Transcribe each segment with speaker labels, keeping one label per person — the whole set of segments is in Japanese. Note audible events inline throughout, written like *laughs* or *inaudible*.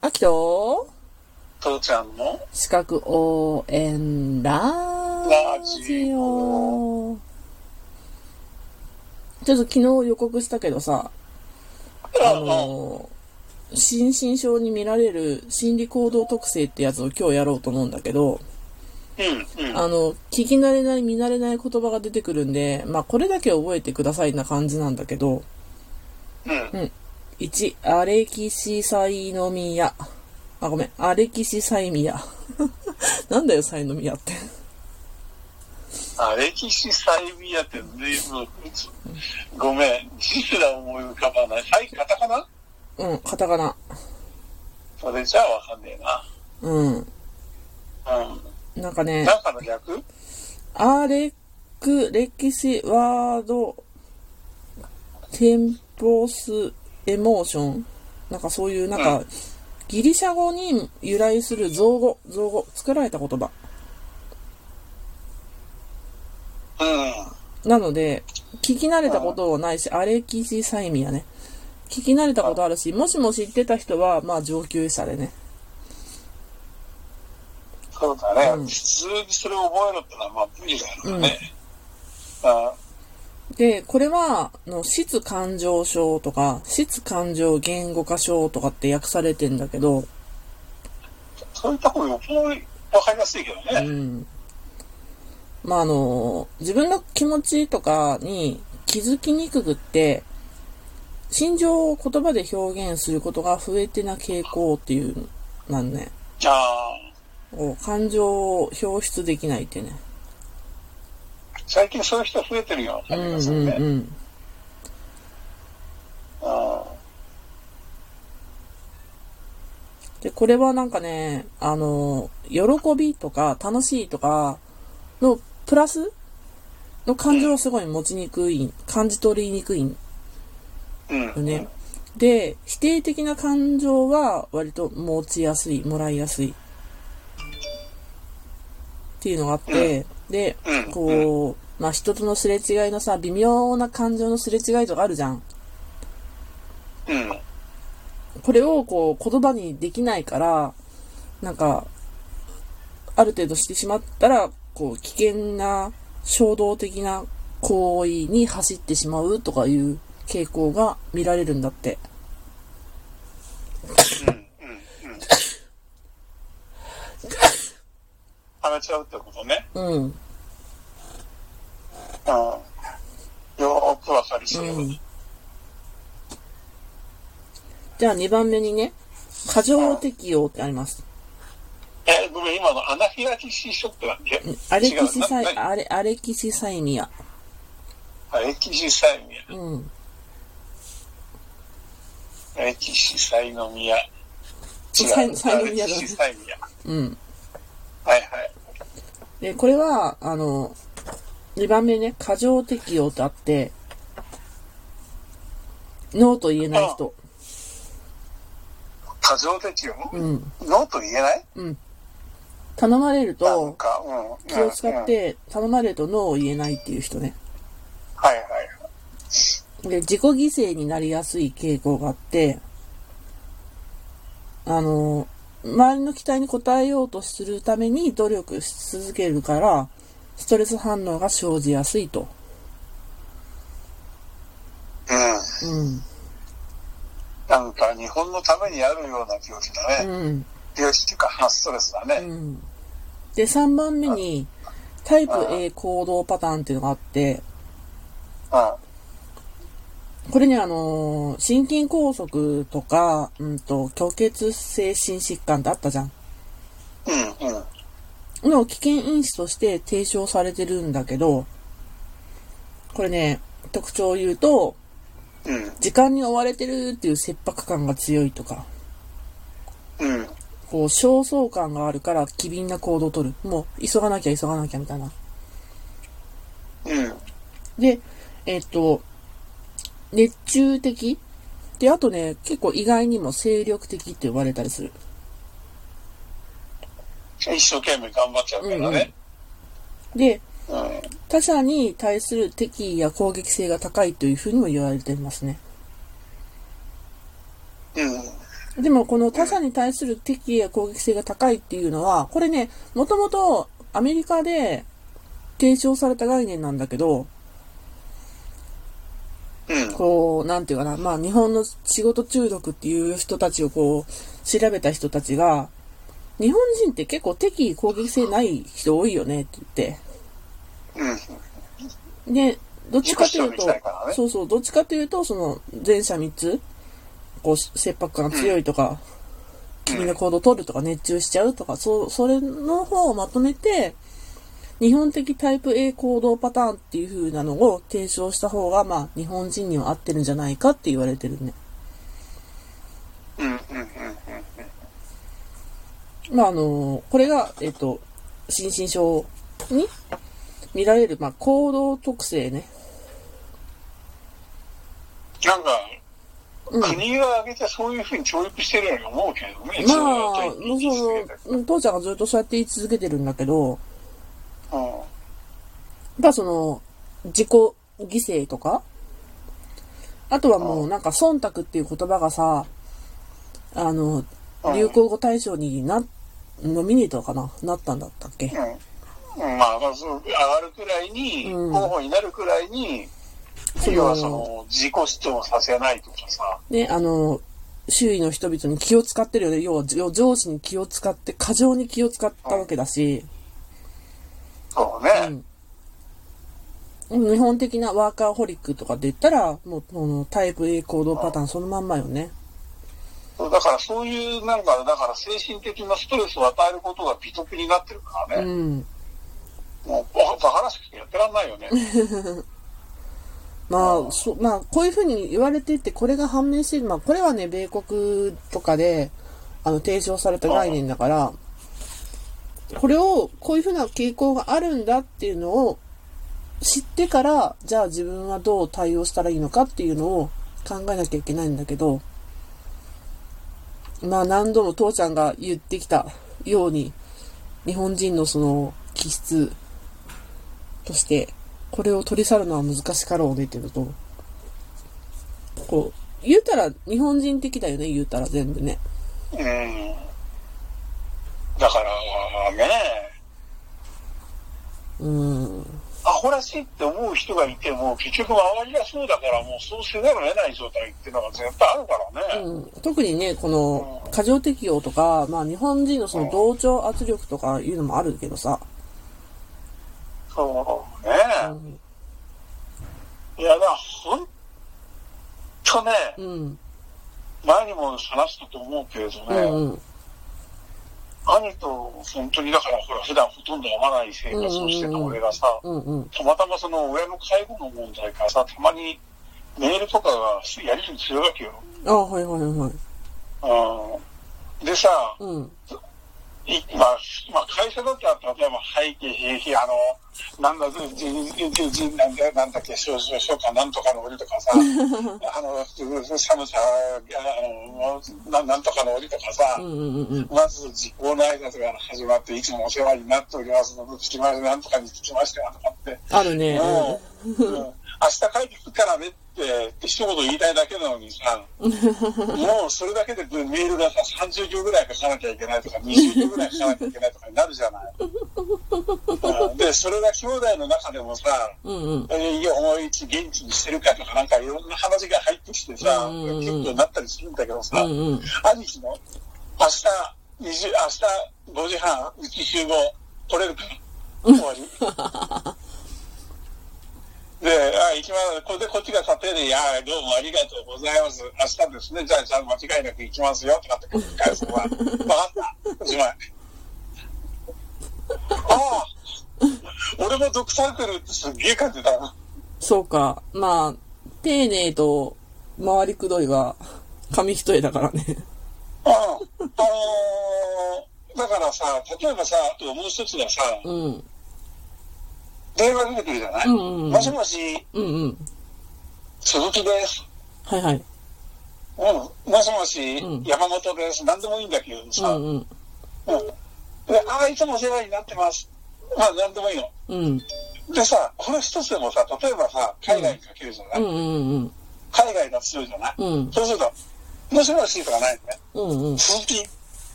Speaker 1: 秋と
Speaker 2: 父ちゃんの
Speaker 1: 資格応援ラジオ。ちょっと昨日予告したけどさ、あの、心身症に見られる心理行動特性ってやつを今日やろうと思うんだけど、
Speaker 2: うんうん
Speaker 1: あの、聞き慣れない見慣れない言葉が出てくるんで、まあこれだけ覚えてくださいな感じなんだけど、
Speaker 2: うん
Speaker 1: 1、アレキシサイノミヤ。あ、ごめん、アレキシサイミヤ。 *laughs* なんだよ、サイノミヤって。
Speaker 2: あ歴史細微やって随分ごめん字すら思い浮かばないはいカタカナ
Speaker 1: うん、カタカナ。
Speaker 2: それじゃあわかんね
Speaker 1: うん。
Speaker 2: えなうん
Speaker 1: なんかね、
Speaker 2: なんかの略
Speaker 1: アレク、歴史、ワード、テンポス、エモーション。なんかそういう、なんか、
Speaker 2: う
Speaker 1: ギリシャ語に由来する造語、造語、作られた言葉。
Speaker 2: う
Speaker 1: なので、聞き慣れたことはないし、アレキシサイミやね。聞き慣れたことあるし、もしも知ってた人は、まあ上級者でね。
Speaker 2: んそうだね、
Speaker 1: うん
Speaker 2: 普通にそれを覚えるってのはまあ無理だよね、あ
Speaker 1: で、これは、あの、質感情症とか、質感情言語化症とかって訳されてんだけど、
Speaker 2: そういった方がよっぽどわかりやすいけどね、
Speaker 1: うん。まあ、あの、自分の気持ちとかに気づきにくくって、心情を言葉で表現することが増えてな傾向っていう、なんね。
Speaker 2: じゃあ
Speaker 1: こう感情を表出できないってね。
Speaker 2: 最近そういう人増えてるような
Speaker 1: うん
Speaker 2: 感じ
Speaker 1: う
Speaker 2: がする
Speaker 1: ん
Speaker 2: ね、
Speaker 1: うん。
Speaker 2: あ
Speaker 1: で、これはなんかね、あの、喜びとか楽しいとかのプラスの感情をすごい持ちにくい、感じ取りにくいん
Speaker 2: うん
Speaker 1: よね。で、否定的な感情は割と持ちやすい、もらいやすい。っていうのがあって、で
Speaker 2: うん、
Speaker 1: こう、まあ、人とのすれ違いのさ、微妙な感情のすれ違いとかあるじゃん。
Speaker 2: うん
Speaker 1: これをこう言葉にできないから、なんか、ある程度してしまったら、こう危険な衝動的な行為に走ってしまうとかいう傾向が見られるんだって。
Speaker 2: はめちゃうってことね
Speaker 1: うん。
Speaker 2: うんよーくわかりそう、
Speaker 1: うんじゃあ2番目にね、過剰適用ってあります。
Speaker 2: えごめん今のアナフィラキシーショックなんで
Speaker 1: アレキシサ
Speaker 2: 違う
Speaker 1: イ、
Speaker 2: な
Speaker 1: アレ、アレキシサイミア。
Speaker 2: アレキシサイミア
Speaker 1: うん。
Speaker 2: アレキシサイノミア違
Speaker 1: サイ
Speaker 2: う
Speaker 1: サイノミ
Speaker 2: ア
Speaker 1: ヤ
Speaker 2: レ
Speaker 1: だ
Speaker 2: キシサイミア
Speaker 1: うん。
Speaker 2: はいはい
Speaker 1: で、これは、あの、2番目ね、過剰適用ってあって、ノーと言えない人。
Speaker 2: 過剰適用、
Speaker 1: うん。
Speaker 2: ノーと言えない
Speaker 1: 頼まれる
Speaker 2: なん
Speaker 1: と、
Speaker 2: か、うん、
Speaker 1: 気を使
Speaker 2: うん
Speaker 1: っ
Speaker 2: うん
Speaker 1: て、頼まれるとノーを言えないっていう人ね。
Speaker 2: はいはい
Speaker 1: で、自己犠牲になりやすい傾向があって、あの、周りの期待に応えようとするために努力し続けるから、ストレス反応が生じやすいと。
Speaker 2: うん
Speaker 1: うん。
Speaker 2: なんか日本のためにあるような病気だね、
Speaker 1: うん。
Speaker 2: 病気っていうかまあストレスだね、
Speaker 1: うん。で、3番目に、タイプ A 行動パターンっていうのがあって、
Speaker 2: あ
Speaker 1: これね、あのー心筋梗塞とか、うんと、虚血性心疾患ってあったじゃん。
Speaker 2: うんうん
Speaker 1: の危険因子として提唱されてるんだけど、これね、特徴を言うと、
Speaker 2: うん
Speaker 1: 時間に追われてるっていう切迫感が強いとか、
Speaker 2: うん
Speaker 1: こう、焦燥感があるから機敏な行動を取る。もう、急がなきゃ急がなきゃみたいな。
Speaker 2: うん
Speaker 1: で、えっと、熱中的で、あとね、結構意外にも精力的って呼ばれたりする。
Speaker 2: 一生懸命頑張っちゃうからね。
Speaker 1: で、
Speaker 2: うん、うん
Speaker 1: 他者に対する敵意や攻撃性が高いというふうにも言われていますね。でもこの他者に対する敵意や攻撃性が高いっていうのは、これね、もともとアメリカで提唱された概念なんだけど、
Speaker 2: うん。
Speaker 1: こう、なんていうかな、まあ日本の仕事中毒っていう人たちをこう、調べた人たちが、日本人って結構敵意攻撃性ない人多いよねって言って、
Speaker 2: うん。
Speaker 1: で、どっちかという
Speaker 2: 自己主張
Speaker 1: と、
Speaker 2: に近いからね
Speaker 1: そうそう、どっちかというと、その、前者3つ、こう、切迫感が強いとか、君の行動を取るとか、熱中しちゃうとか、そう、それの方をまとめて、日本的タイプ A 行動パターンっていう風なのを提唱した方が、まあ、日本人には合ってるんじゃないかって言われてるね。
Speaker 2: うん。うん。うん。
Speaker 1: まあ、あの、これが、えっと、心身症に見られる、まあ、行動特性ね。
Speaker 2: なんか、
Speaker 1: うん
Speaker 2: 国が挙げてそういうふうに教育してるように思うけどね。
Speaker 1: まあ、
Speaker 2: ずっと
Speaker 1: も
Speaker 2: 言
Speaker 1: う
Speaker 2: い続けて
Speaker 1: その、父ちゃんがずっとそうやって言い続けてるんだけど、
Speaker 2: うん。
Speaker 1: やっぱその、自己犠牲とか、あとはもうなんか忖度っていう言葉がさ、あの、
Speaker 2: うん
Speaker 1: 流行語大賞にな、ノミネートかななったんだったっけ
Speaker 2: うんまあ、まあそう上がるくらいに、
Speaker 1: うん
Speaker 2: 候補になるくらいに、
Speaker 1: そう
Speaker 2: 要はその、自己主張させないとかさ、
Speaker 1: ね、あの、周囲の人々に気を使ってるよね。要は上上司に気を使って、過剰に気を使ったわけだし、
Speaker 2: そうね、
Speaker 1: 日本的なワーカーホリックとかで言ったら、もう、このタイプ A 行動パターンそのまんまよね。
Speaker 2: そうだからそういう、なんか、だから精神的なストレスを与えることが美徳になってるから
Speaker 1: う
Speaker 2: ね、
Speaker 1: ん。
Speaker 2: もうバカバカらしくてやってらんないよね。
Speaker 1: まあ、そう、まあ、こういうふうに言われていて、これが判明している。まあ、これはね、米国とかで、あの、提唱された概念だから、これを、こういうふうな傾向があるんだっていうのを知ってから、じゃあ自分はどう対応したらいいのかっていうのを考えなきゃいけないんだけど、まあ、何度も父ちゃんが言ってきたように、日本人のその、気質として、これを取り去るのは難しかろうねっていうのと、こう、言うたら日本人的だよね、言うたら全部ね。
Speaker 2: うん。だから、ね、
Speaker 1: うん。
Speaker 2: アホらしいって思う人がいても、結局周りがそうだから、もうそうせざるを得ない状態っていうのが絶対あるからね。
Speaker 1: うん特にね、この、過剰適用とか、まあ日本人のその同調圧力とかいうのもあるけどさ。
Speaker 2: そうね。
Speaker 1: うん
Speaker 2: いや、だからほんとね、
Speaker 1: うん。
Speaker 2: 前にも話したと思うけれどね、
Speaker 1: うんうん。
Speaker 2: 兄と本当にだから、ほら、普段ほとんど会わない生活をしてた俺がさ、
Speaker 1: うんうん。
Speaker 2: たまたまその親の介護の問題からさ、たまにメールとかがやり取りするわけよ。
Speaker 1: ああ、はいはいはい。
Speaker 2: うん、でさ、
Speaker 1: うん。
Speaker 2: いまあ、まあ、会社だったら、例えば、背景、平気、あの、なんだ、人、人、人、なんだ、なんだっけ、症状書か、なんとかの折とか
Speaker 1: *laughs*
Speaker 2: さ、あの、寒さ、あの、ななんとかの折とかさ
Speaker 1: う、んうんうんうん。
Speaker 2: まず、時効の挨拶から始まって、いつもお世話になっておりますので、つきまして、なんとかにつきましては、とかって、
Speaker 1: あるね。
Speaker 2: もう、うん明日帰ってくるからねって、って一言言いたいだけなのにさ、もうそれだけでメールがさ、30行ぐらい書かなきゃいけないとか、20行ぐらい書かなきゃいけないとかになるじゃない。うんで、それが兄弟の中でもさ、
Speaker 1: うんうん。
Speaker 2: えーいや、お前、現地にしてるかとか、なんかいろんな話が入ってきてさ、
Speaker 1: うんうんうん
Speaker 2: 結構なったりするんだけどさ、
Speaker 1: うんうん。
Speaker 2: 兄貴の、明日、20明日5時半、うち集合、来れるか終わり。で、あ、行きます。これでこっちが査定で、いや、どうもありがとうございます。明日ですね、じゃあ、じゃあ間違いなく行きますよ、とかって返すのは、わかった、おしまい。ああ、俺も毒されてるってすっげえ感じだな。
Speaker 1: そうか。まあ、丁寧と回りくどいは、紙一重だからね。
Speaker 2: うん。あのーだからさ、例えばさ、あともう一つがさ、
Speaker 1: うん。
Speaker 2: 電話出てくるじゃない、
Speaker 1: うんうんうん
Speaker 2: もしもし、
Speaker 1: うんうん。
Speaker 2: 鈴木です。
Speaker 1: はいはい。
Speaker 2: うん、もしもし、
Speaker 1: うん
Speaker 2: 山本です。何でもいいんだけど
Speaker 1: う
Speaker 2: さ。うん
Speaker 1: んうん。
Speaker 2: でああ、いつもお世話になってます。まあ、何でもいいの。
Speaker 1: うん。
Speaker 2: でさ、この一つでもさ、例えばさ、海外にかけるじゃない、
Speaker 1: うんうんうん。
Speaker 2: 海外が強いじゃない、
Speaker 1: うん
Speaker 2: そうすると、面白いシーンとかないのね。
Speaker 1: うんうん。
Speaker 2: 通勤、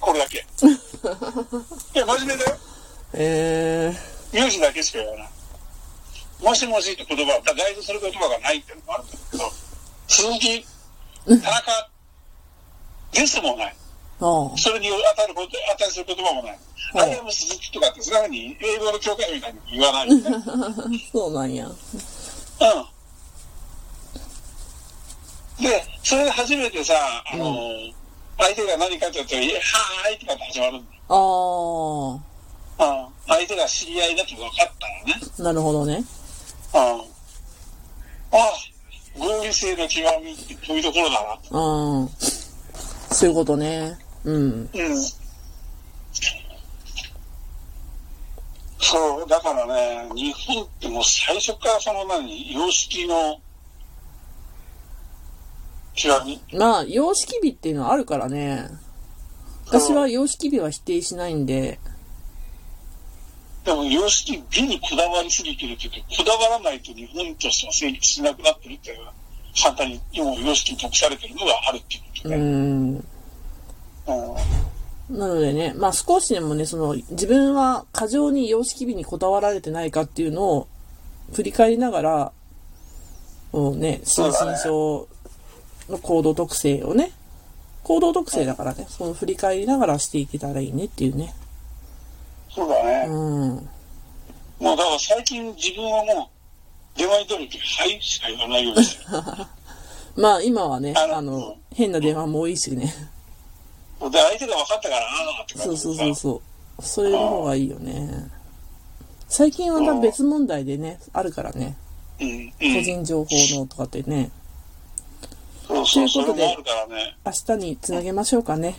Speaker 2: これ
Speaker 1: *laughs*
Speaker 2: だけ。いや、真面目だよ。
Speaker 1: え
Speaker 2: 名字だけしか言わない。もしもしって言葉は、だガイドする言葉がないっていうのもあるんだけど、鈴木、田中、ですもない。
Speaker 1: ー、あ
Speaker 2: それに当たること、当たりする言葉もない。
Speaker 1: はい
Speaker 2: アイアム鈴木とかって、そんなふうに英語の教科書みたいに言わないよね。うん。
Speaker 1: あ、そうなんや。
Speaker 2: で、それで初めてさ、あの、相手が何かって言うと、いやはーいとかって始まるんだよ。
Speaker 1: ああ、
Speaker 2: うん。相手が知り合いだと分かったらね。
Speaker 1: なるほどね。
Speaker 2: ああ、合理性の極みってこういうところだな。
Speaker 1: うん。そういうことね。うん。
Speaker 2: うん。そう、だからね、日本ってもう最初からその何、様式の極み。
Speaker 1: まあ、様式美っていうのはあるからね。私は様式美は否定しないんで。
Speaker 2: でも様式美にこだわりすぎてるって言って、こだわらないと日本としては成立しなくなってるっていうのは、簡単にもう様式に託されてるのがあるっていうこと
Speaker 1: う
Speaker 2: ね。
Speaker 1: ん。
Speaker 2: うん
Speaker 1: なのでね、まあ少しでもね、その自分は過剰に様式美にこだわられてないかっていうのを振り返りながら、こうね、心身症の行動特性をね、行動特性だからね、その振り返りながらしていけたらいいねっていうね。
Speaker 2: そうだね。
Speaker 1: うん。
Speaker 2: もうだから最近自分はもう、電話に出るとき、はいしか言わないようにしてる。
Speaker 1: まあ今はね、
Speaker 2: あの
Speaker 1: あの、変な電話も多いしね。
Speaker 2: で、相手が分かったから、ああって
Speaker 1: *laughs* そ
Speaker 2: 感
Speaker 1: う
Speaker 2: じ
Speaker 1: そう
Speaker 2: で
Speaker 1: そう
Speaker 2: さ。
Speaker 1: そう。それの方がいいよね。最近はまた別問題でね、あるからね。
Speaker 2: うん、
Speaker 1: 個
Speaker 2: うん。
Speaker 1: 人情報のとかってね。
Speaker 2: そうそ
Speaker 1: と
Speaker 2: う、
Speaker 1: い
Speaker 2: そうれ
Speaker 1: ことで
Speaker 2: もあるからね。
Speaker 1: 明日につなげましょうかね。